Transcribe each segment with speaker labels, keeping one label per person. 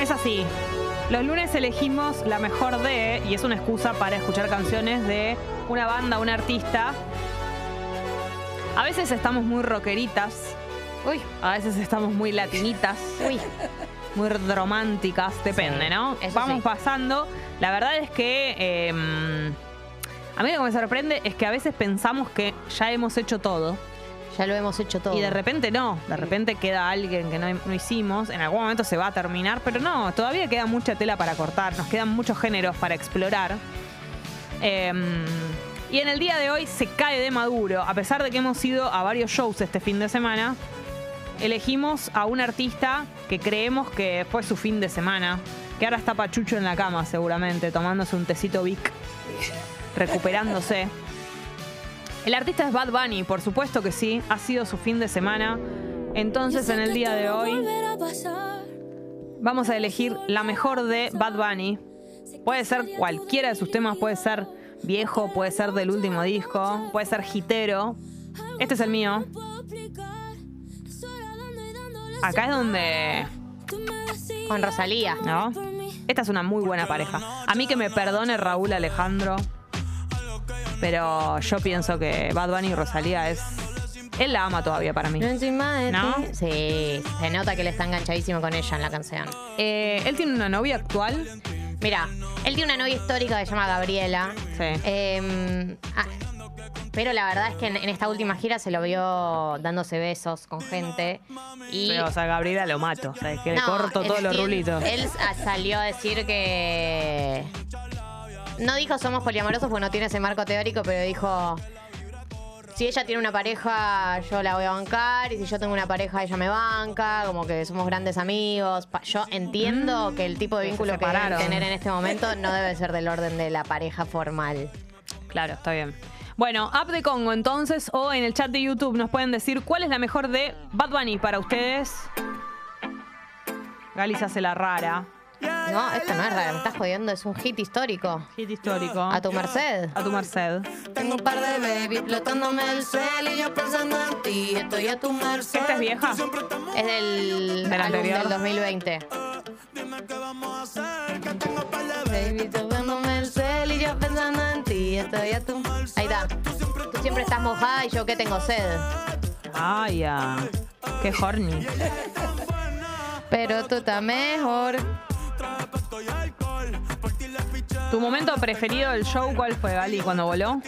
Speaker 1: Es así. Los lunes elegimos la mejor de, y es una excusa para escuchar canciones de una banda, un artista. A veces estamos muy rockeritas,
Speaker 2: Uy,
Speaker 1: a veces estamos muy latinitas,
Speaker 2: uy.
Speaker 1: muy románticas, depende,
Speaker 2: Sí,
Speaker 1: ¿no?
Speaker 2: eso
Speaker 1: Vamos
Speaker 2: sí.
Speaker 1: pasando. La verdad es que eh, a mí lo que me sorprende es que a veces pensamos que ya hemos hecho todo.
Speaker 2: Ya lo hemos hecho todo.
Speaker 1: Y de repente no, de repente queda alguien que no, no hicimos, en algún momento se va a terminar, pero no, todavía queda mucha tela para cortar, nos quedan muchos géneros para explorar. Em, y en el día de hoy se cae de maduro, a pesar de que hemos ido a varios shows este fin de semana, elegimos a un artista que creemos que fue su fin de semana, que ahora está pachucho en la cama seguramente, tomándose un tecito Vic, recuperándose. El artista es Bad Bunny, por supuesto que sí, ha sido su fin de semana. Entonces, en el día de hoy vamos a elegir la mejor de Bad Bunny. Puede ser cualquiera de sus temas, puede ser viejo, puede ser del último disco, puede ser hitero. Este es el mío. Acá es donde,
Speaker 2: Con Rosalía.
Speaker 1: ¿no? Esta es una muy buena pareja. A mí que me perdone Raúl Alejandro, pero yo pienso que Bad Bunny y Rosalía es... Él la ama todavía para mí.
Speaker 2: Encima de
Speaker 1: ¿No?
Speaker 2: ti. Sí, se nota que él está enganchadísimo con ella en la canción.
Speaker 1: Eh, él tiene una novia actual.
Speaker 2: Mira, él tiene una novia histórica que se llama Gabriela.
Speaker 1: Sí.
Speaker 2: Eh, ah, pero la verdad es que en, en esta última gira se lo vio dándose besos con gente. Y
Speaker 1: Pero, o sea, Gabriela lo mato. O sea, que le
Speaker 2: No,
Speaker 1: corto
Speaker 2: el
Speaker 1: todos los
Speaker 2: Steel-
Speaker 1: rulitos.
Speaker 2: Él sa- salió a decir que. No dijo somos poliamorosos porque no tiene ese marco teórico, pero dijo. Si ella tiene una pareja, yo la voy a bancar. Y si yo tengo una pareja, ella me banca. Como que somos grandes amigos. Pa- Yo entiendo que el tipo
Speaker 1: Mm. que
Speaker 2: de
Speaker 1: se
Speaker 2: vínculo que deben
Speaker 1: separaron.
Speaker 2: tener en este momento no debe ser del orden de la pareja formal.
Speaker 1: Claro, está bien. Bueno, app de Congo entonces o en el chat de YouTube nos pueden decir cuál es la mejor de Bad Bunny para ustedes. Gali se hace la rara.
Speaker 2: No, esto no es raro. Me estás jodiendo. Es un hit histórico.
Speaker 1: Hit histórico.
Speaker 2: A tu merced.
Speaker 1: A tu merced.
Speaker 3: Tengo un par de baby explotándome el cel y yo pensando en ti. Estoy a tu merced.
Speaker 1: ¿Esta Este es vieja?
Speaker 2: Es del,
Speaker 1: Del
Speaker 2: álbum
Speaker 1: anterior.
Speaker 2: del 2020.
Speaker 3: Baby, tomándome el cel y yo pensando en ti. Estoy a tu merced.
Speaker 2: Ahí está. Tú siempre estás mojada y yo que tengo sed.
Speaker 1: Ay, ah, qué horny.
Speaker 2: Pero tú estás mejor.
Speaker 1: ¿Tu momento preferido del show cuál fue, Gali, cuando voló?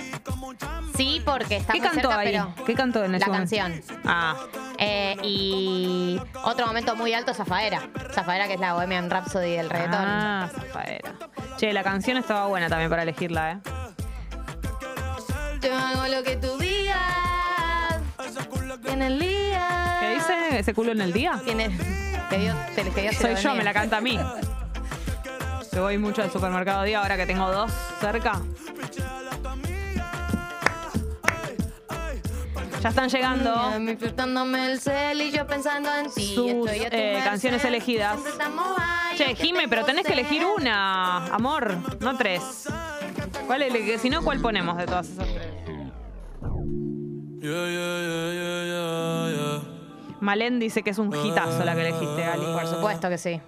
Speaker 2: Sí, porque está
Speaker 1: ¿Qué
Speaker 2: muy
Speaker 1: cantó
Speaker 2: cerca,
Speaker 1: ahí?
Speaker 2: pero...
Speaker 1: ¿Qué cantó en ese
Speaker 2: La
Speaker 1: momento?
Speaker 2: canción.
Speaker 1: Ah,
Speaker 2: Eh, y otro momento muy alto, Zafaera. Zafaera, que es la Bohemian Rhapsody del reggaetón.
Speaker 1: Ah, zafaera. Che, la canción estaba buena también para elegirla, ¿eh?
Speaker 2: Yo hago lo que tú digas. En el día.
Speaker 1: ¿Qué dice ese culo en el día?
Speaker 2: Tienes... Que Dios, te, que Dios te
Speaker 1: Soy
Speaker 2: lo
Speaker 1: yo, me la
Speaker 2: bendiga.
Speaker 1: canta a mí. Que voy mucho al supermercado día, ahora que tengo dos cerca. Ya están llegando.
Speaker 2: Mami, Explotándome el cel y yo pensando en ti.
Speaker 1: Sus,
Speaker 2: Estoy a tu
Speaker 1: eh,
Speaker 2: merced.
Speaker 1: canciones elegidas.
Speaker 2: Siempre estás mojada y yo
Speaker 1: Che,
Speaker 2: que
Speaker 1: Jime,
Speaker 2: tengo
Speaker 1: pero tenés que
Speaker 2: sed.
Speaker 1: elegir una, amor, no tres. ¿Cuál ele- Si no, ¿cuál ponemos de todas esas tres? Malén dice que es un hitazo la que elegiste, Gali.
Speaker 2: Por supuesto que sí.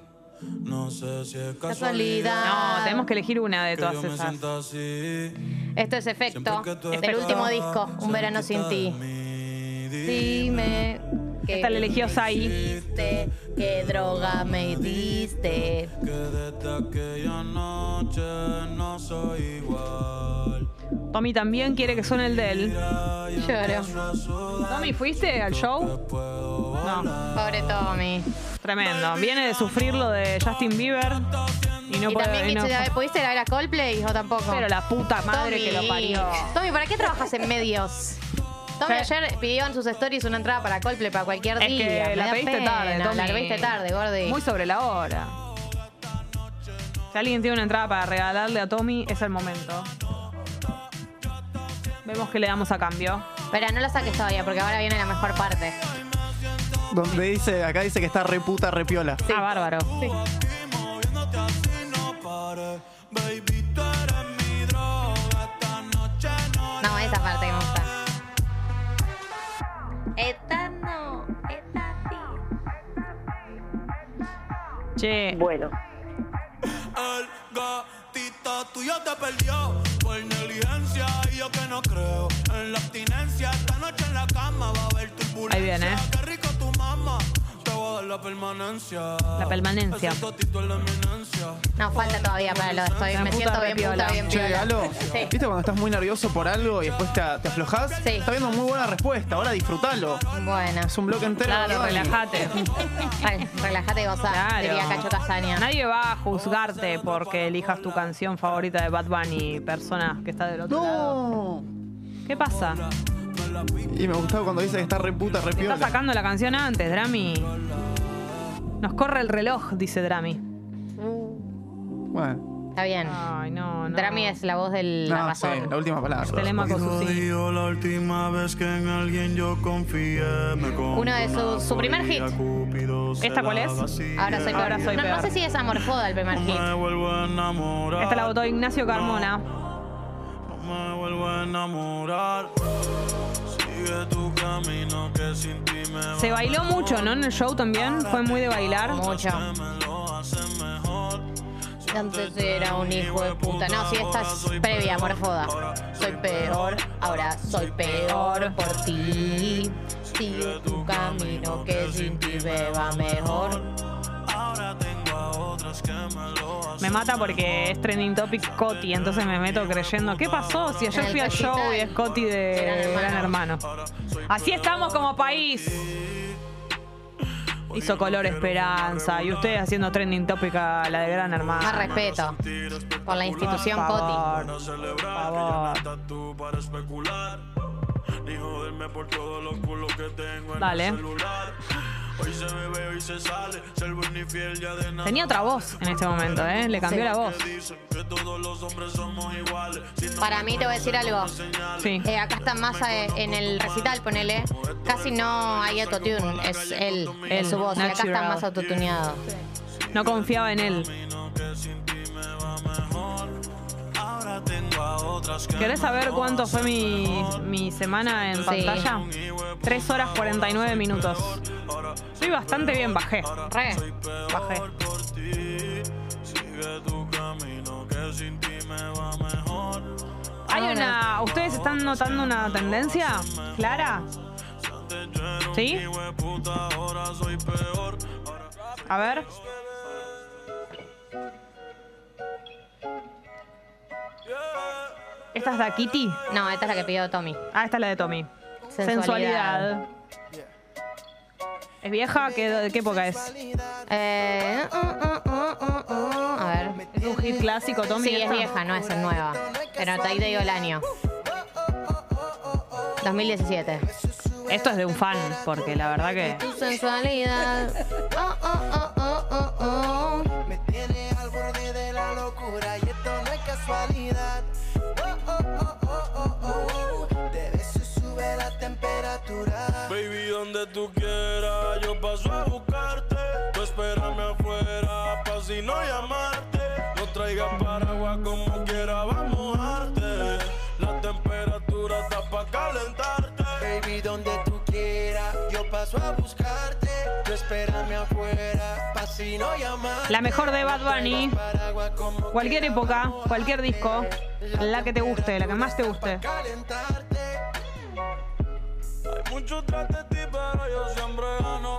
Speaker 4: No sé si es
Speaker 2: Casualidad.
Speaker 1: No, tenemos que elegir una de todas
Speaker 4: me
Speaker 1: esas.
Speaker 4: siento así.
Speaker 2: Esto es efecto. Del último disco, Un verano sin ti. Dime. que
Speaker 1: Esta la eligió Sai.
Speaker 2: hiciste, ¿Qué droga me diste?
Speaker 4: Que desde aquella noche no soy igual.
Speaker 1: Tommy también quiere que suene el de él.
Speaker 2: Lloro.
Speaker 1: Tommy, ¿fuiste al show? No,
Speaker 2: Pobre Tommy.
Speaker 1: tremendo. Viene de sufrir lo de Justin Bieber y no
Speaker 2: y
Speaker 1: puede
Speaker 2: también,
Speaker 1: y no-
Speaker 2: Kichi, ¿pudiste ir a ver a Coldplay o tampoco?
Speaker 1: Pero la puta madre
Speaker 2: Tommy.
Speaker 1: que lo parió.
Speaker 2: Tommy, ¿para qué trabajas en medios? Tommy
Speaker 1: Sí.
Speaker 2: ayer pidió en sus stories una entrada para Coldplay para cualquier
Speaker 1: Es
Speaker 2: día.
Speaker 1: que
Speaker 2: Me
Speaker 1: la
Speaker 2: da
Speaker 1: pediste
Speaker 2: pena.
Speaker 1: tarde, Tommy.
Speaker 2: La pediste tarde, Gordy.
Speaker 1: Muy sobre la hora. Si alguien tiene una entrada para regalarle a Tommy, es el momento. Vemos que le damos a cambio.
Speaker 2: Pero no la saques todavía porque ahora viene la mejor parte.
Speaker 5: Donde dice, acá dice que está re puta, re piola.
Speaker 1: Ah, bárbaro.
Speaker 2: No, esa parte que me gusta. Esta no, esta sí.
Speaker 1: Che,
Speaker 6: Bueno,
Speaker 4: El gatito tuyo te perdió por negligencia y yo que no creo en la abstinencia. Esta noche en la cama va a haber turbulencia.
Speaker 1: Ahí viene.
Speaker 4: Qué rico tu mamá. Te voy a dar la permanencia. La
Speaker 1: permanencia.
Speaker 4: totito es la eminencia.
Speaker 2: No, falta todavía para lo de estoy.
Speaker 1: La
Speaker 2: Me
Speaker 1: puta
Speaker 2: siento
Speaker 1: re
Speaker 2: bien puta,
Speaker 1: piola.
Speaker 2: bien
Speaker 5: Che,
Speaker 2: piola.
Speaker 5: Galo,
Speaker 2: Sí.
Speaker 5: ¿viste cuando estás muy nervioso por algo y después te, te aflojas?
Speaker 2: Sí.
Speaker 5: Está viendo muy buena respuesta, ahora disfrutalo.
Speaker 2: Bueno,
Speaker 5: Es un bloque entero.
Speaker 1: claro,
Speaker 5: de Galo.
Speaker 1: relájate.
Speaker 2: Vale, relájate y gozá, diría Cacho Castaña.
Speaker 1: Nadie va a juzgarte porque elijas tu canción favorita de Bad Bunny, persona que está del otro lado.
Speaker 5: ¡No!
Speaker 1: ¿Qué pasa?
Speaker 5: Y me gustaba cuando dice que está re puta, re
Speaker 1: Te está
Speaker 5: piola.
Speaker 1: sacando la canción antes, Drami. Nos corre el reloj, dice Drami.
Speaker 5: Bueno,
Speaker 2: Está bien.
Speaker 1: Ay, no, Este no.
Speaker 2: Drami es la voz de la
Speaker 5: no, sí,
Speaker 2: razón.
Speaker 5: la última palabra.
Speaker 1: Telemaco
Speaker 4: Lo
Speaker 1: Susi.
Speaker 4: digo la última vez que en alguien yo confié. Me
Speaker 2: Uno de sus- su primer hit.
Speaker 1: ¿Esta cuál es?
Speaker 2: Ahora soy peor.
Speaker 1: Ahora soy
Speaker 2: no, no
Speaker 1: peor.
Speaker 2: sé si es amor foda el primer hit.
Speaker 4: Me vuelvo a enamorar.
Speaker 1: Esta la votó Ignacio Carmona.
Speaker 4: No me vuelvo a enamorar. Sigue tu camino que sin ti me va.
Speaker 1: Se bailó mucho, ¿no? En el show también. Fue muy de bailar.
Speaker 2: Mucho.
Speaker 4: Me lo hace mejor.
Speaker 2: Antes era un hijo de puta. No, si esta es previa, amor foda. Soy peor, ahora soy peor por ti. Sigue tu camino que sin ti me va mejor.
Speaker 4: Ahora tengo a otras que me lo hacen.
Speaker 1: Me mata porque es trending topic Coti, entonces me meto creyendo. ¿Qué pasó? Si ayer
Speaker 2: En el
Speaker 1: fui al show
Speaker 2: recital.
Speaker 1: y es Coti
Speaker 2: Gran
Speaker 1: de
Speaker 2: Hermano.
Speaker 1: Gran Hermano. Así estamos como país. Hizo color esperanza y ustedes haciendo trending topic a la de Gran
Speaker 2: Más
Speaker 1: Hermano.
Speaker 2: respeto por la institución
Speaker 1: Por
Speaker 2: Coti.
Speaker 1: favor,
Speaker 4: celebrar
Speaker 1: por
Speaker 4: que ya no
Speaker 1: favor.
Speaker 4: estás tú para especular. Ni joderme por todos los culos que tengo en
Speaker 1: Dale.
Speaker 4: el celular. Hoy se me ve, hoy se sale. Ser buen y fiel ya de nada.
Speaker 1: Tenía otra voz en este momento, ¿eh? Le cambió
Speaker 2: Sí.
Speaker 1: la voz.
Speaker 4: Dicen que todos los hombres somos iguales. Si no
Speaker 2: Para mí te voy a decir algo.
Speaker 1: Sí.
Speaker 2: Eh, acá está Massa eh, en el recital, ponele. Casi no hay autotune, es él,
Speaker 1: Él,
Speaker 2: es su voz. Y acá está
Speaker 1: natural.
Speaker 2: más autotuneado.
Speaker 1: No confiaba en él.
Speaker 4: ahora tengo a otras que
Speaker 1: ¿Querés saber cuánto fue mi, mi semana en
Speaker 2: Sí.
Speaker 1: pantalla? 3 horas 49 minutos. Estoy bastante bien, bajé.
Speaker 2: Re.
Speaker 1: Bajé.
Speaker 4: por ti. Sigue tu camino que sin ti me va mejor.
Speaker 1: Hay una. ¿Ustedes están notando una tendencia clara? ¿Sí? A ver. ¿Esta es la Kitty?
Speaker 2: No, esta es la que pidió Tommy.
Speaker 1: Ah, esta es la de Tommy.
Speaker 2: Sensualidad.
Speaker 1: Sensualidad. ¿Es vieja? ¿Qué, qué época es?
Speaker 2: Eh, uh, uh, uh, uh, uh. A ver.
Speaker 1: ¿Es un hit clásico, Tommy?
Speaker 2: Sí, es
Speaker 1: esta?
Speaker 2: vieja, no es nueva. Pero ahí te digo el año. 2017.
Speaker 1: Esto es de un fan, porque la verdad que.
Speaker 2: Tu sensualidad. Oh, oh, oh, oh, oh, oh.
Speaker 7: Me tiene al borde de la locura y esto no es casualidad. Oh, oh, oh, oh, oh, oh. Te beso y sube la temperatura.
Speaker 4: Baby, donde tú quieras, yo paso a buscarte. Tú espérame afuera, pa' si no llamarte. No traigas paraguas como quiera, vamos a mojarte. La temperatura está pa' calentarte.
Speaker 7: Baby, donde tú quieras, yo paso a buscarte. Tú espérame afuera, pa' si no llamar.
Speaker 1: La mejor de Bad Bunny.
Speaker 7: Paraguas como
Speaker 1: Cualquier época, cualquier disco, la que te guste, la que más te guste.
Speaker 7: calentarte.
Speaker 4: Hay mucho tras de ti, pero yo siempre gano.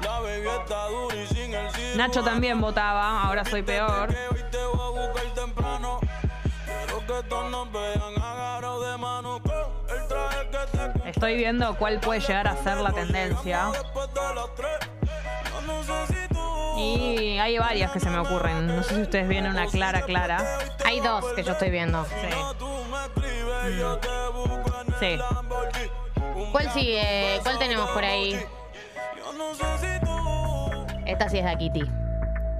Speaker 4: La baby está dura y sin el sí.
Speaker 1: Nacho también votaba, ahora soy peor.
Speaker 4: Que hoy te voy a buscar temprano. Quiero que todos nos vean agarrado de mano con el traje que te
Speaker 1: Estoy viendo cuál puede llegar a ser la tendencia.
Speaker 4: después de las tres. Yo no sé si tú
Speaker 1: Y hay varias que se me ocurren. No sé si ustedes vienen una clara, clara.
Speaker 2: Hay dos que yo estoy viendo.
Speaker 1: Sí.
Speaker 4: me escribes, yo te busco en
Speaker 1: Sí.
Speaker 4: Lamborghini. Un
Speaker 2: ¿Cuál sigue? ¿Cuál tenemos por ahí?
Speaker 4: Yo no sé si tú
Speaker 2: Esta sí es de Kitty.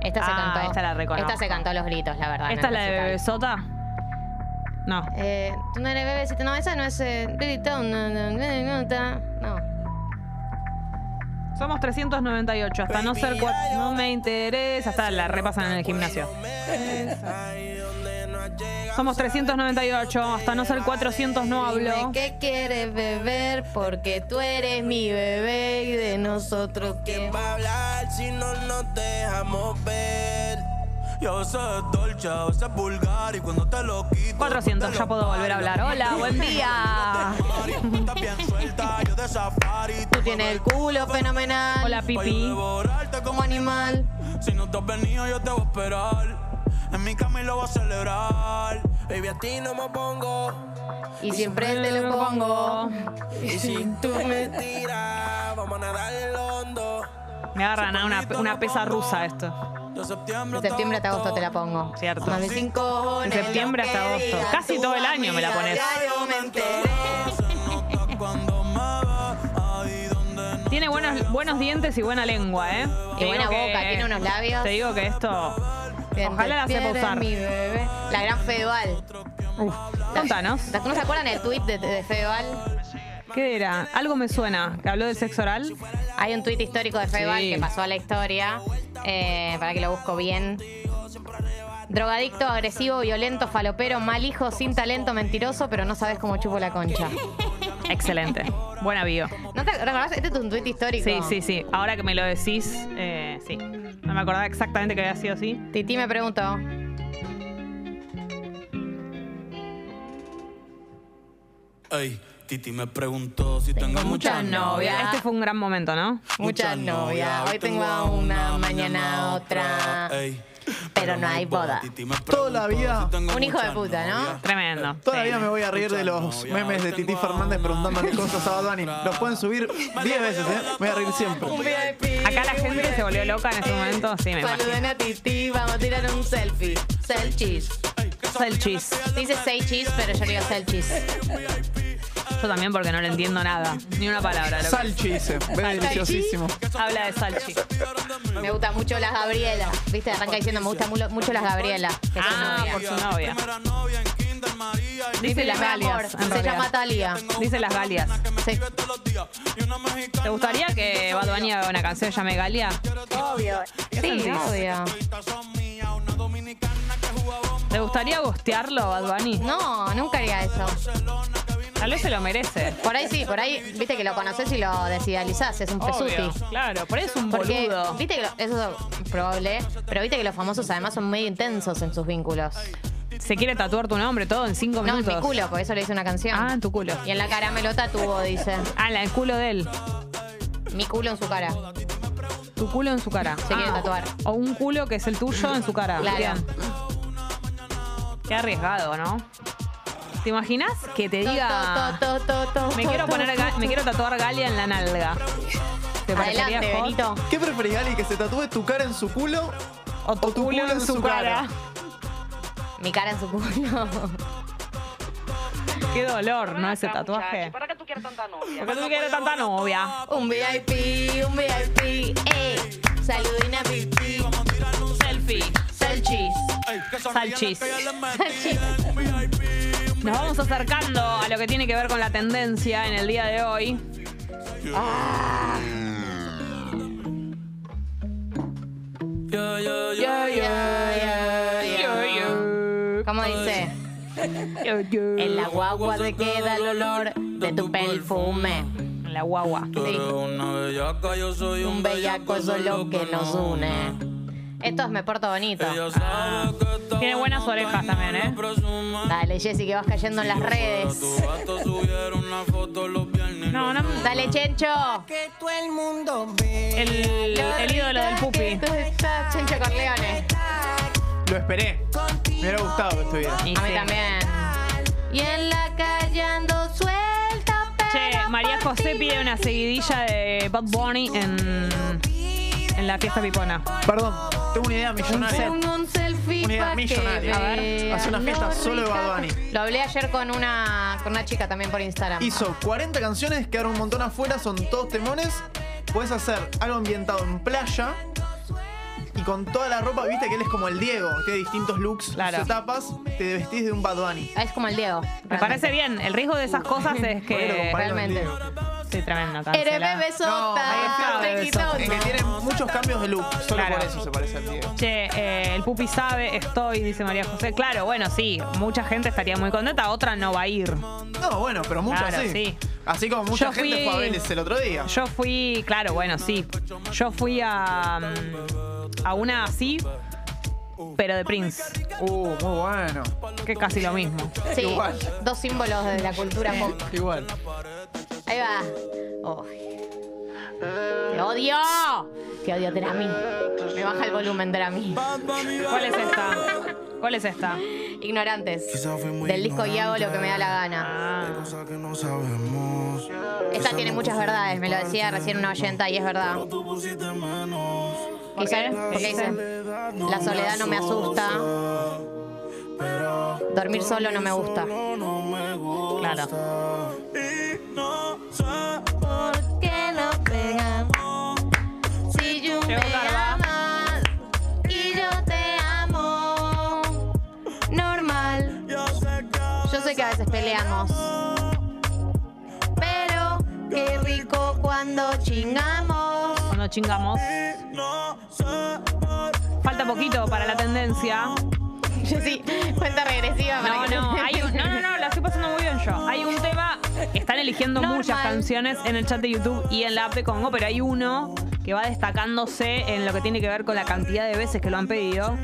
Speaker 2: Esta se
Speaker 1: Ah,
Speaker 2: cantó.
Speaker 1: esta la reconozco.
Speaker 2: Esta se cantó a los gritos, la verdad. en
Speaker 1: ¿Esta es
Speaker 2: el
Speaker 1: la de
Speaker 2: recital.
Speaker 1: Bebesota? No.
Speaker 2: Eh, tú no eres bebecita. No, esa no es. eh, gritón, no, no, no, no, no. No.
Speaker 1: Somos 398, hasta no ser cua- No me interesa. Hasta la repasan en el gimnasio. Somos 398, hasta no ser 400 no
Speaker 2: Dime
Speaker 1: hablo.
Speaker 2: ¿Qué quieres beber? Porque tú eres mi bebé y de nosotros que
Speaker 1: Ah,
Speaker 4: va a hablar si no nos dejamos ver? Yo a veces es dolce, a veces es vulgar y cuando te lo quito.
Speaker 1: 400,
Speaker 4: te
Speaker 1: ya
Speaker 4: lo
Speaker 1: puedo volver a
Speaker 4: bailo.
Speaker 1: hablar. Hola, buen día.
Speaker 4: Mari, tú estás bien suelta, yo de safari.
Speaker 2: Tú tienes el culo fenomenal.
Speaker 1: Hola,
Speaker 4: Pa' yo
Speaker 1: Pipi.
Speaker 4: devorarte
Speaker 2: como
Speaker 4: como animal.
Speaker 2: animal.
Speaker 4: Si no te has venido, yo te voy a esperar. En mi camino lo voy a celebrar. Baby, a ti no me pongo.
Speaker 2: Y siempre te lo pongo.
Speaker 4: Y si tú me tiras, vamos a nadar el hondo.
Speaker 1: Me agarran a una, una pesa rusa esto.
Speaker 4: De septiembre,
Speaker 2: De septiembre hasta agosto te la pongo.
Speaker 1: Cierto.
Speaker 2: Más de cinco cojones,
Speaker 1: De septiembre
Speaker 2: lo
Speaker 1: hasta
Speaker 2: que
Speaker 1: agosto.
Speaker 2: diga
Speaker 1: Casi
Speaker 2: tu
Speaker 1: todo el año me la
Speaker 2: amiga,
Speaker 1: pones.
Speaker 2: ya yo me enteré.
Speaker 4: pongo. Cuando me ve, ahí donde no.
Speaker 1: Tiene buenos, buenos dientes y buena lengua, ¿eh?
Speaker 2: Y
Speaker 1: Te
Speaker 2: buena
Speaker 1: digo que-
Speaker 2: boca, tiene unos labios.
Speaker 1: Te digo que esto.
Speaker 2: Te
Speaker 1: Ojalá la sepa
Speaker 2: entierres,
Speaker 1: usar.
Speaker 2: mi bebé. La gran Fedeval.
Speaker 1: Uf, contanos.
Speaker 2: ¿No se acuerdan el tweet de, de Fedeval?
Speaker 1: ¿Qué era? Algo me suena. ¿Que habló del sexo oral?
Speaker 2: Hay un tweet histórico de Fedeval
Speaker 1: Sí.
Speaker 2: que pasó a la historia. eh, para que lo busco bien. Drogadicto, agresivo, violento, falopero, mal hijo, sin talento, mentiroso, pero no sabes cómo chupo la concha.
Speaker 1: Excelente. Buena bio.
Speaker 2: ¿No te acordás? Este es un tweet histórico.
Speaker 1: Sí, sí, sí. Ahora que me lo decís, eh, sí. No me acordaba exactamente que había sido así.
Speaker 2: Titi me preguntó.
Speaker 4: Ey, Titi me preguntó si tengo,
Speaker 2: muchas
Speaker 4: muchas
Speaker 2: novias.
Speaker 4: novias.
Speaker 1: Este fue un gran momento, ¿no?
Speaker 2: Muchas novias, hoy tengo a una, mañana a otra.
Speaker 4: Ey,
Speaker 2: Pero no hay boda.
Speaker 4: Titi me
Speaker 5: Toda la
Speaker 4: preguntó
Speaker 5: vida.
Speaker 4: si tengo
Speaker 2: Un hijo de
Speaker 4: muchas
Speaker 2: puta, ¿no?
Speaker 4: novias.
Speaker 1: Tremendo.
Speaker 5: Eh, Todavía
Speaker 1: Sí.
Speaker 5: me voy a reír de los memes de Titi Fernández preguntándole cosas a Bad Bunny. Los pueden subir 10 veces, ¿eh? Me voy a reír siempre.
Speaker 1: Acá la gente se volvió loca en este momento. Sí, me imagino.
Speaker 2: Saluden a Titi, vamos a tirar un selfie. Sell cheese.
Speaker 1: El cheese.
Speaker 2: Dice say cheese, pero yo digo sell cheese.
Speaker 1: Yo también porque no le entiendo nada. Ni una palabra. lo que-
Speaker 5: Salchi dice. Ve deliciosísimo.
Speaker 1: Habla de salchi.
Speaker 2: Me gusta mucho las Gabriela. Viste, arranca diciendo, me gusta mulo- mucho las Gabriela. Que son
Speaker 1: Ah,
Speaker 2: novias.
Speaker 1: por su novia.
Speaker 4: Primera novia en Kinder María y
Speaker 1: Dice
Speaker 2: Mi
Speaker 1: las
Speaker 2: amor,
Speaker 1: galias. en
Speaker 2: se
Speaker 1: realidad.
Speaker 2: llama Talia.
Speaker 1: Dice las galias.
Speaker 2: Sí.
Speaker 4: todos los días. Y una mexicana.
Speaker 1: ¿Te gustaría que Bad Bunny haga una canción que se llame Galia?
Speaker 2: Sí, obvio.
Speaker 1: ¿Te gustaría gustearlo, Bad Bunny?
Speaker 2: No, nunca haría eso.
Speaker 1: Tal vez se lo merece.
Speaker 2: Por ahí sí, por ahí, viste que lo conoces y lo desidealizás, es un pesuti.
Speaker 1: Obvio, claro, por ahí es un
Speaker 2: Porque,
Speaker 1: boludo.
Speaker 2: viste que lo- eso es probable, pero viste que los famosos además son medio intensos en sus vínculos.
Speaker 1: Se quiere tatuar tu nombre todo en cinco
Speaker 2: No, en
Speaker 1: minutos.
Speaker 2: mi culo, porque eso le hice una canción.
Speaker 1: Ah, en tu culo.
Speaker 2: Y en la cara me lo tatuó, dice.
Speaker 1: Ah, en el culo de él.
Speaker 2: Mi culo en su cara.
Speaker 1: Tu culo en su cara.
Speaker 2: Se quiere
Speaker 1: Ah,
Speaker 2: tatuar.
Speaker 1: O un culo que es el tuyo en su cara.
Speaker 2: Claro.
Speaker 1: Bien. Qué arriesgado, ¿no? ¿Te imaginas que te diga
Speaker 2: To, to, to, to, to,
Speaker 1: me
Speaker 2: to,
Speaker 1: quiero
Speaker 2: to,
Speaker 1: poner
Speaker 2: to,
Speaker 1: ga- me quiero tatuar Galia en la nalga? ¿Te parecería
Speaker 2: Adelante,
Speaker 1: hot?
Speaker 2: Benito.
Speaker 5: ¿Qué preferís, Gali? ¿Que se tatúe tu cara en su culo?
Speaker 1: O tu, culo, en su cara.
Speaker 2: Mi cara en su culo.
Speaker 1: Qué dolor, ¿no? Ese tatuaje. ¿Para qué tú quieres tanta novia? ¿Para qué tú quieres tanta novia?
Speaker 2: un VIP, un VIP. Ey, saluden a Titi.
Speaker 1: Selfie.
Speaker 2: Salchis.
Speaker 4: Ey, que sonrían
Speaker 1: Salchis.
Speaker 4: las que ya les metí.
Speaker 2: Salchis.
Speaker 1: Nos vamos acercando a lo que tiene que ver con la tendencia en el día de hoy.
Speaker 4: Yeah, yeah, yeah.
Speaker 2: Yo, ¿Cómo dice? En la guagua te queda el olor de tu perfume.
Speaker 1: En la guagua.
Speaker 4: Tú eres una bellaca, yo soy
Speaker 2: Un bellaco es lo que nos une. Ah, Esto es Me Porto Bonito.
Speaker 4: Ella sabe que está
Speaker 1: Tiene buenas orejas también, ¿eh?
Speaker 4: presume.
Speaker 2: Dale, Jessy, que vas cayendo en las redes.
Speaker 4: Tu gato subieron una foto los viernes.
Speaker 1: No, no.
Speaker 2: Dale, Chencho.
Speaker 3: Que todo el mundo ve.
Speaker 1: El, el ídolo del pupi.
Speaker 2: Tú estás Chencho Corleone.
Speaker 5: Lo esperé. Me hubiera gustado que estuviera.
Speaker 1: Y
Speaker 2: A mí
Speaker 1: sí.
Speaker 2: también. Y en la calle ando suelta,
Speaker 1: Che, María José pide una seguidilla de Bad Bunny en, en la fiesta pipona.
Speaker 5: Perdón, tengo una idea millonaria.
Speaker 2: Pongo un selfie
Speaker 5: Una idea
Speaker 2: pa' que
Speaker 5: millonaria.
Speaker 1: A ver,
Speaker 2: vean
Speaker 5: hace una fiesta
Speaker 2: lo
Speaker 5: solo de
Speaker 2: rica
Speaker 5: Bad
Speaker 2: que- Lo hablé ayer con una, con una chica también por Instagram.
Speaker 5: Hizo 40 canciones, quedaron un montón afuera, son todos temones. Puedes hacer algo ambientado en playa y con toda la ropa, viste que él es como el Diego, tiene distintos looks,
Speaker 1: Claro.
Speaker 5: sus etapas, te vestís de un Bad Bunny.
Speaker 2: Ah, Es como el Diego.
Speaker 1: Me
Speaker 2: realmente.
Speaker 1: parece bien. El riesgo de esas cosas es
Speaker 5: Ponelo,
Speaker 1: que
Speaker 5: comparalo con el
Speaker 2: realmente.
Speaker 5: Diego.
Speaker 1: Sí, tremendo.
Speaker 2: Erebe
Speaker 1: cancelá.
Speaker 5: No, ahí
Speaker 2: besota,
Speaker 5: está, bebé,
Speaker 2: requitón.
Speaker 5: Es que tiene muchos cambios de look. Solo
Speaker 1: Claro.
Speaker 5: por eso se parece al Diego.
Speaker 1: Che, eh, el pupi sabe, estoy, dice María José. Claro, bueno, sí, mucha gente estaría muy contenta, otra no va a ir.
Speaker 5: No, bueno, pero muchas
Speaker 1: Claro,
Speaker 5: sí.
Speaker 1: sí.
Speaker 5: Así como mucha
Speaker 1: Yo
Speaker 5: gente
Speaker 1: fui-
Speaker 5: fue a Vélez el otro día.
Speaker 1: Yo fui, claro, bueno, sí. Yo fui a, mm, a una así, pero de Prince,
Speaker 5: Uh, muy bueno.
Speaker 1: que es casi lo mismo.
Speaker 2: Sí,
Speaker 5: Igual.
Speaker 2: dos símbolos de la cultura pop.
Speaker 5: Igual.
Speaker 2: Ahí va. Ay. ¡Te odio! Te odio, Drami. Me baja el volumen, Drami.
Speaker 1: ¿Cuál es esta? ¿Cuál es esta?
Speaker 2: Ignorantes. Del disco y hago lo que me da la gana.
Speaker 1: Ah,
Speaker 4: Cosas que no sabemos.
Speaker 2: Esta tiene muchas verdades, me lo decía recién una oyenta y es verdad.
Speaker 4: Tú pusiste menos.
Speaker 1: ¿Por
Speaker 2: Dice-
Speaker 1: qué?
Speaker 2: porque dice, la soledad no me asusta. Dormir solo no me gusta.
Speaker 1: claro.
Speaker 3: que nos pegamos. Si yo me
Speaker 1: Llegó Carva.
Speaker 3: amas y yo te amo. Normal,
Speaker 2: Yo sé que a veces peleamos.
Speaker 3: pero qué rico cuando chingamos.
Speaker 1: Cuando chingamos. Falta poquito para la tendencia.
Speaker 2: Yo sí, cuenta regresiva. para
Speaker 1: No,
Speaker 2: que-
Speaker 1: no, hay un- no, no, no, la estoy pasando muy bien yo. Hay un tema, están eligiendo
Speaker 2: Normal.
Speaker 1: muchas canciones en el chat de YouTube y en la app de Congo, pero hay uno que va destacándose en lo que tiene que ver con la cantidad de veces que lo han pedido.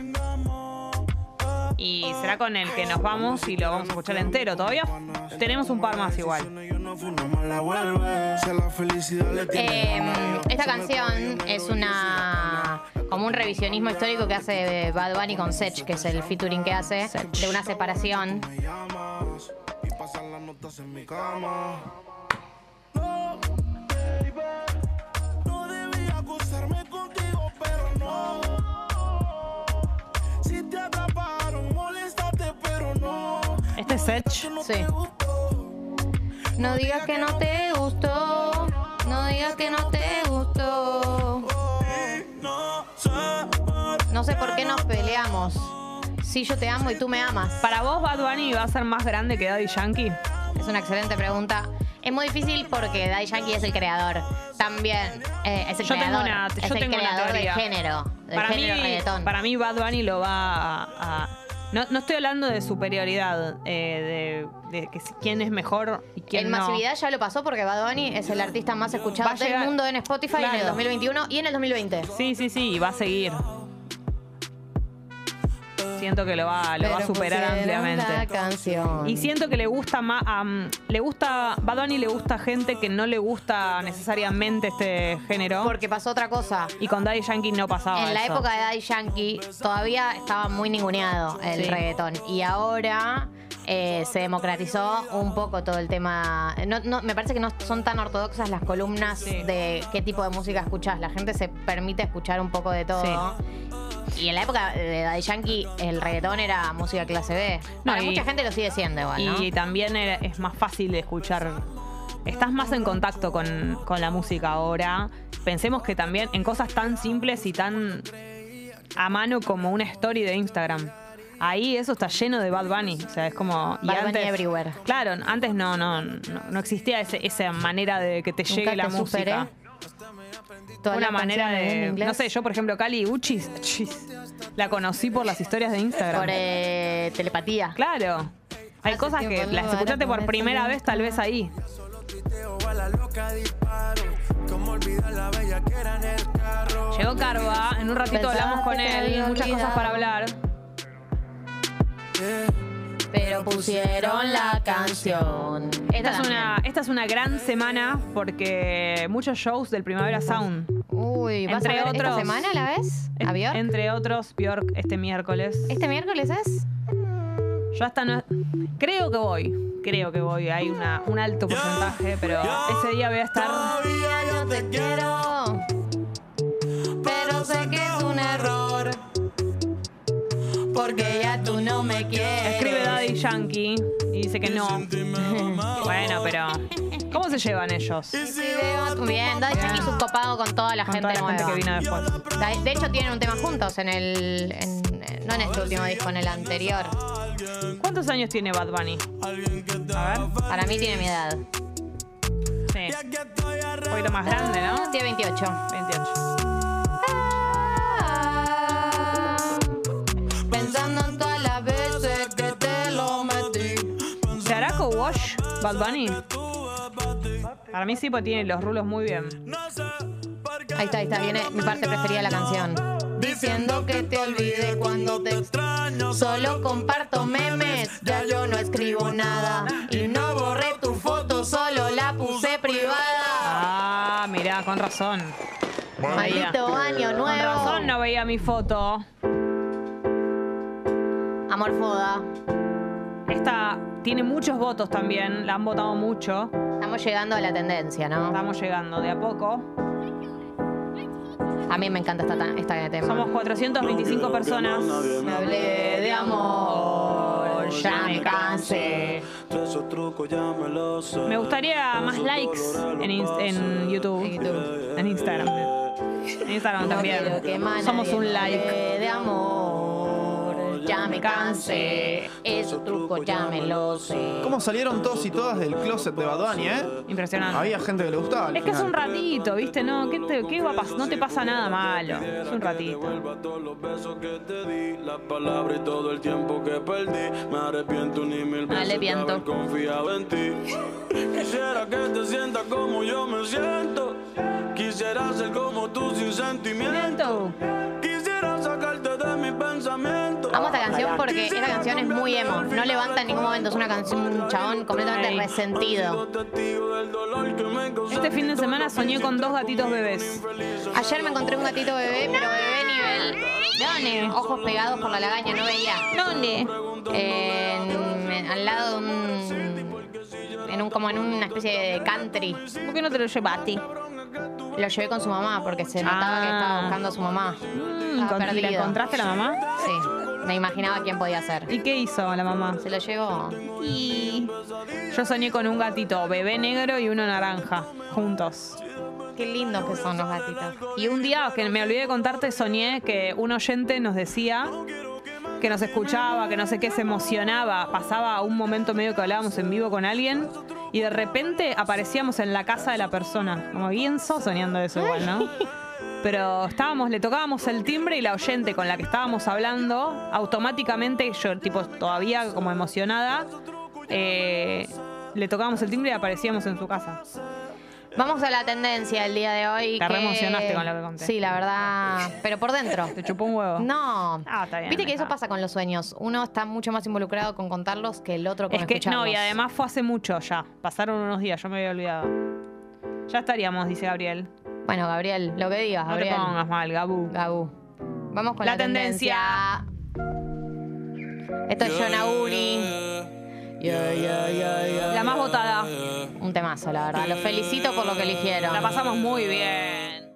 Speaker 1: Y será con el que nos vamos y lo vamos a escuchar entero. Todavía tenemos un par más igual.
Speaker 4: Yo no fui una mala vuelve. Si a la felicidad le tiene
Speaker 2: Eh,
Speaker 4: ganas,
Speaker 2: esta canción es una como un revisionismo histórico que hace Bad Bunny con Sech, que es el featuring que hace de una separación.
Speaker 4: me llamas y pasan las notas en mi cama. No, baby, no debía acusarme contigo, pero no. Si te atraparon, molestaste, pero no.
Speaker 1: Este es Sech.
Speaker 2: Sí. No digas que no te gustó, no digas que no te gustó. No sé por qué nos peleamos. Si yo te amo y tú me amas.
Speaker 1: Para vos, Bad Bunny va a ser más grande que Daddy Yankee.
Speaker 2: Es una excelente pregunta. Es muy difícil porque Daddy Yankee es el creador. También eh, es el
Speaker 1: Yo tengo
Speaker 2: creador.
Speaker 1: una-
Speaker 2: es
Speaker 1: yo
Speaker 2: el
Speaker 1: tengo una
Speaker 2: creador del
Speaker 1: teoría.
Speaker 2: género. Del
Speaker 1: para mí,
Speaker 2: género reggaetón.
Speaker 1: para mí Bad Bunny lo va a... a- no, no estoy hablando de superioridad, eh, de, de que si- quién es mejor y quién
Speaker 2: en
Speaker 1: no.
Speaker 2: masividad ya lo pasó porque Bad Bunny es el artista más escuchado
Speaker 1: Va a
Speaker 2: del
Speaker 1: llegar-
Speaker 2: mundo en Spotify en el
Speaker 1: Claro.
Speaker 2: 2021 y en el 2020.
Speaker 1: Sí, sí, sí, y va a seguir. Siento que lo va, lo va a
Speaker 2: Pero
Speaker 1: superar
Speaker 2: pusieron La
Speaker 1: ampliamente.
Speaker 2: canción.
Speaker 1: Y siento que le gusta más, am, le gusta, Bad Bunny le gusta gente que no le gusta necesariamente este género.
Speaker 2: Porque pasó otra cosa.
Speaker 1: y con Daddy Yankee no pasaba
Speaker 2: En la
Speaker 1: Ah, eso.
Speaker 2: época de Daddy Yankee todavía estaba muy ninguneado el
Speaker 1: Sí.
Speaker 2: reggaetón. Y ahora eh, se democratizó un poco todo el tema. No, no, me parece que no son tan ortodoxas las columnas
Speaker 1: Sí.
Speaker 2: de qué tipo de música escuchás. La gente se permite escuchar un poco de todo. Y en la época de Daddy Yankee el reggaetón era música clase B.
Speaker 1: No,
Speaker 2: Para
Speaker 1: y-
Speaker 2: mucha gente lo sigue siendo igual, ¿no?
Speaker 1: Y también era- es más fácil de escuchar. Estás más en contacto con, con la música ahora. Pensemos que también en cosas tan simples y tan a mano como una story de Instagram. Ahí eso está lleno de Bad Bunny. O sea, es como. y
Speaker 2: Bad Bunny everywhere.
Speaker 1: Claro, antes no, no, no, no existía ese- esa manera de que te
Speaker 2: Nunca
Speaker 1: llegue la
Speaker 2: te superé.
Speaker 1: música.
Speaker 2: Todas
Speaker 1: Una
Speaker 2: las
Speaker 1: manera
Speaker 2: canciones en
Speaker 1: de.
Speaker 2: inglés.
Speaker 1: No sé, yo por ejemplo, Cali Uchis, chis, la conocí por las historias de Instagram.
Speaker 2: Por eh, telepatía.
Speaker 1: Claro. Hay
Speaker 2: Hace
Speaker 1: cosas que
Speaker 2: tiempo,
Speaker 1: las
Speaker 2: ¿no?
Speaker 1: escuchaste
Speaker 2: Ahora
Speaker 1: por
Speaker 2: con
Speaker 1: primera
Speaker 2: esta
Speaker 1: vez, tal vez ahí. Llegó Carva, en un ratito
Speaker 2: Pensaba
Speaker 1: hablamos con
Speaker 2: que te
Speaker 1: él,
Speaker 2: había
Speaker 1: muchas cosas
Speaker 2: olvidado.
Speaker 1: para hablar.
Speaker 2: Pero pusieron la canción.
Speaker 1: Esta es, una, esta es una gran semana porque muchos shows del Primavera Sound.
Speaker 2: Uy, ¿vas
Speaker 1: Entre
Speaker 2: a ver
Speaker 1: otros.
Speaker 2: esta semana a la vez? ¿A Bjork?
Speaker 1: Entre otros, Bjork este miércoles.
Speaker 2: ¿Este miércoles es?
Speaker 1: Yo hasta no. Creo que voy. Creo que voy. Hay una, un alto porcentaje, pero ese día voy a estar.
Speaker 3: Todavía yo te quiero,
Speaker 2: No.
Speaker 3: pero sé que es un error. Porque ya tú no me quieres.
Speaker 1: Escribe Daddy Yankee y dice que no. bueno, pero. ¿Cómo se llevan ellos?
Speaker 2: Bien, Daddy Yankee es un copado con toda la
Speaker 1: Con
Speaker 2: gente
Speaker 1: toda la gente
Speaker 2: nueva.
Speaker 1: que vino después.
Speaker 2: Da- De hecho, tienen un tema juntos en el. en- no en este último disco, en el anterior.
Speaker 1: ¿Cuántos años tiene Bad Bunny? A ver.
Speaker 2: Para mí tiene mi edad.
Speaker 1: Sí. Sí. Un poquito más grande, ¿no?
Speaker 2: Tiene 28.
Speaker 1: 28.
Speaker 3: Pensando en todas las veces que te lo metí.
Speaker 1: ¿Se hará co-wash Bad Bunny? Para mí sí, porque tiene los rulos muy bien.
Speaker 2: Ahí está, ahí está. Viene mi parte preferida de la canción.
Speaker 3: Diciendo que te olvidé cuando te extraño. Solo comparto memes, ya yo no escribo nada. Y no borré tu foto, solo la puse privada.
Speaker 1: Ah, mirá, con razón.
Speaker 2: Maldito año
Speaker 1: Con razón
Speaker 2: nuevo.
Speaker 1: no veía mi foto.
Speaker 2: Amor foda.
Speaker 1: Esta tiene muchos votos también, la han votado mucho.
Speaker 2: Estamos llegando a la tendencia, ¿no?
Speaker 1: Estamos llegando de a poco.
Speaker 2: A mí me encanta esta, ta- esta tema.
Speaker 1: Somos 425 personas.
Speaker 2: Me hablé de amor, ya me cansé.
Speaker 4: Esos trucos ya me los sé.
Speaker 1: Me gustaría más likes en, ins- en YouTube.
Speaker 2: En YouTube.
Speaker 1: En Instagram. En Instagram
Speaker 2: No quiero que
Speaker 1: también.
Speaker 2: más
Speaker 1: Somos
Speaker 2: nadie
Speaker 1: un
Speaker 2: me
Speaker 1: like.
Speaker 2: hable De amor, ya me cansé. Esos trucos ya me lo sé.
Speaker 5: ¿Cómo salieron todos y todas del closet de Bad Bunny, eh?
Speaker 1: Impresionante.
Speaker 5: Había gente que le gustaba. al
Speaker 1: Es que es
Speaker 5: final.
Speaker 1: un ratito, ¿viste? No, ¿qué te, qué va a pas- no te pasa nada malo. Es un ratito.
Speaker 4: Vuelva todos los besos que te di, las palabras y todo el tiempo que perdí. Me arrepiento ni mil veces
Speaker 2: arrepiento.
Speaker 4: de haber confiado en ti. Quisiera que te sientas como yo me siento. Quisiera ser como tú sin sentimiento. Quisiera sacarte de mi pensamiento.
Speaker 2: Amo esta canción porque esta canción es muy emo. No levanta en ningún momento. Es una canción, un chabón completamente
Speaker 1: Ey.
Speaker 2: resentido.
Speaker 1: Este fin de semana soñé con dos gatitos bebés.
Speaker 2: Ayer me encontré un gatito bebé, pero bebé nivel. Done. Ojos pegados por la lagaña, no veía.
Speaker 1: ¿Dónde?
Speaker 2: En- en- al lado de un. En un, como en una especie de country.
Speaker 1: ¿Por qué no te lo llevaste?
Speaker 2: Lo llevé con su mamá porque se notaba que
Speaker 1: Ah.
Speaker 2: estaba buscando a su mamá.
Speaker 1: Mm,
Speaker 2: Estaba
Speaker 1: ¿Y la
Speaker 2: perdido.
Speaker 1: encontraste la mamá?
Speaker 2: Sí, me imaginaba quién podía ser.
Speaker 1: ¿Y qué hizo la mamá?
Speaker 2: Se lo llevó.
Speaker 1: Y yo soñé con un gatito, bebé negro y uno naranja, juntos.
Speaker 2: Qué lindos que son los gatitos.
Speaker 1: Y un día, que me olvidé de contarte, soñé que un oyente nos decía que nos escuchaba, que no sé qué, se emocionaba, pasaba un momento medio que hablábamos en vivo con alguien y de repente aparecíamos en la casa de la persona. Como bien so soñando eso igual, ¿no? Pero estábamos, le tocábamos el timbre y la oyente con la que estábamos hablando, automáticamente, yo tipo todavía como emocionada, eh, le tocábamos el timbre y aparecíamos en su casa.
Speaker 2: Vamos a la tendencia del día de hoy.
Speaker 1: Te
Speaker 2: que-
Speaker 1: reemocionaste con lo que conté.
Speaker 2: Sí, la verdad. Pero por dentro.
Speaker 1: Te chupó un huevo.
Speaker 2: No.
Speaker 1: Ah, está bien,
Speaker 2: Viste que eso
Speaker 1: está.
Speaker 2: pasa con los sueños. Uno está mucho más involucrado con contarlos que el otro con
Speaker 1: Es que no,
Speaker 2: escucharlos.
Speaker 1: y además fue hace mucho ya. Pasaron unos días, yo me había olvidado. Ya estaríamos, dice Gabriel.
Speaker 2: Bueno, Gabriel, lo que digas,
Speaker 1: No te
Speaker 2: Gabriel.
Speaker 1: pongas mal, Gabu.
Speaker 2: Gabu. Vamos con la,
Speaker 1: La tendencia.
Speaker 2: tendencia. Esto es Yonauri.
Speaker 1: La más votada.
Speaker 2: Un temazo, la verdad. Los felicito por lo que eligieron.
Speaker 1: La pasamos muy bien.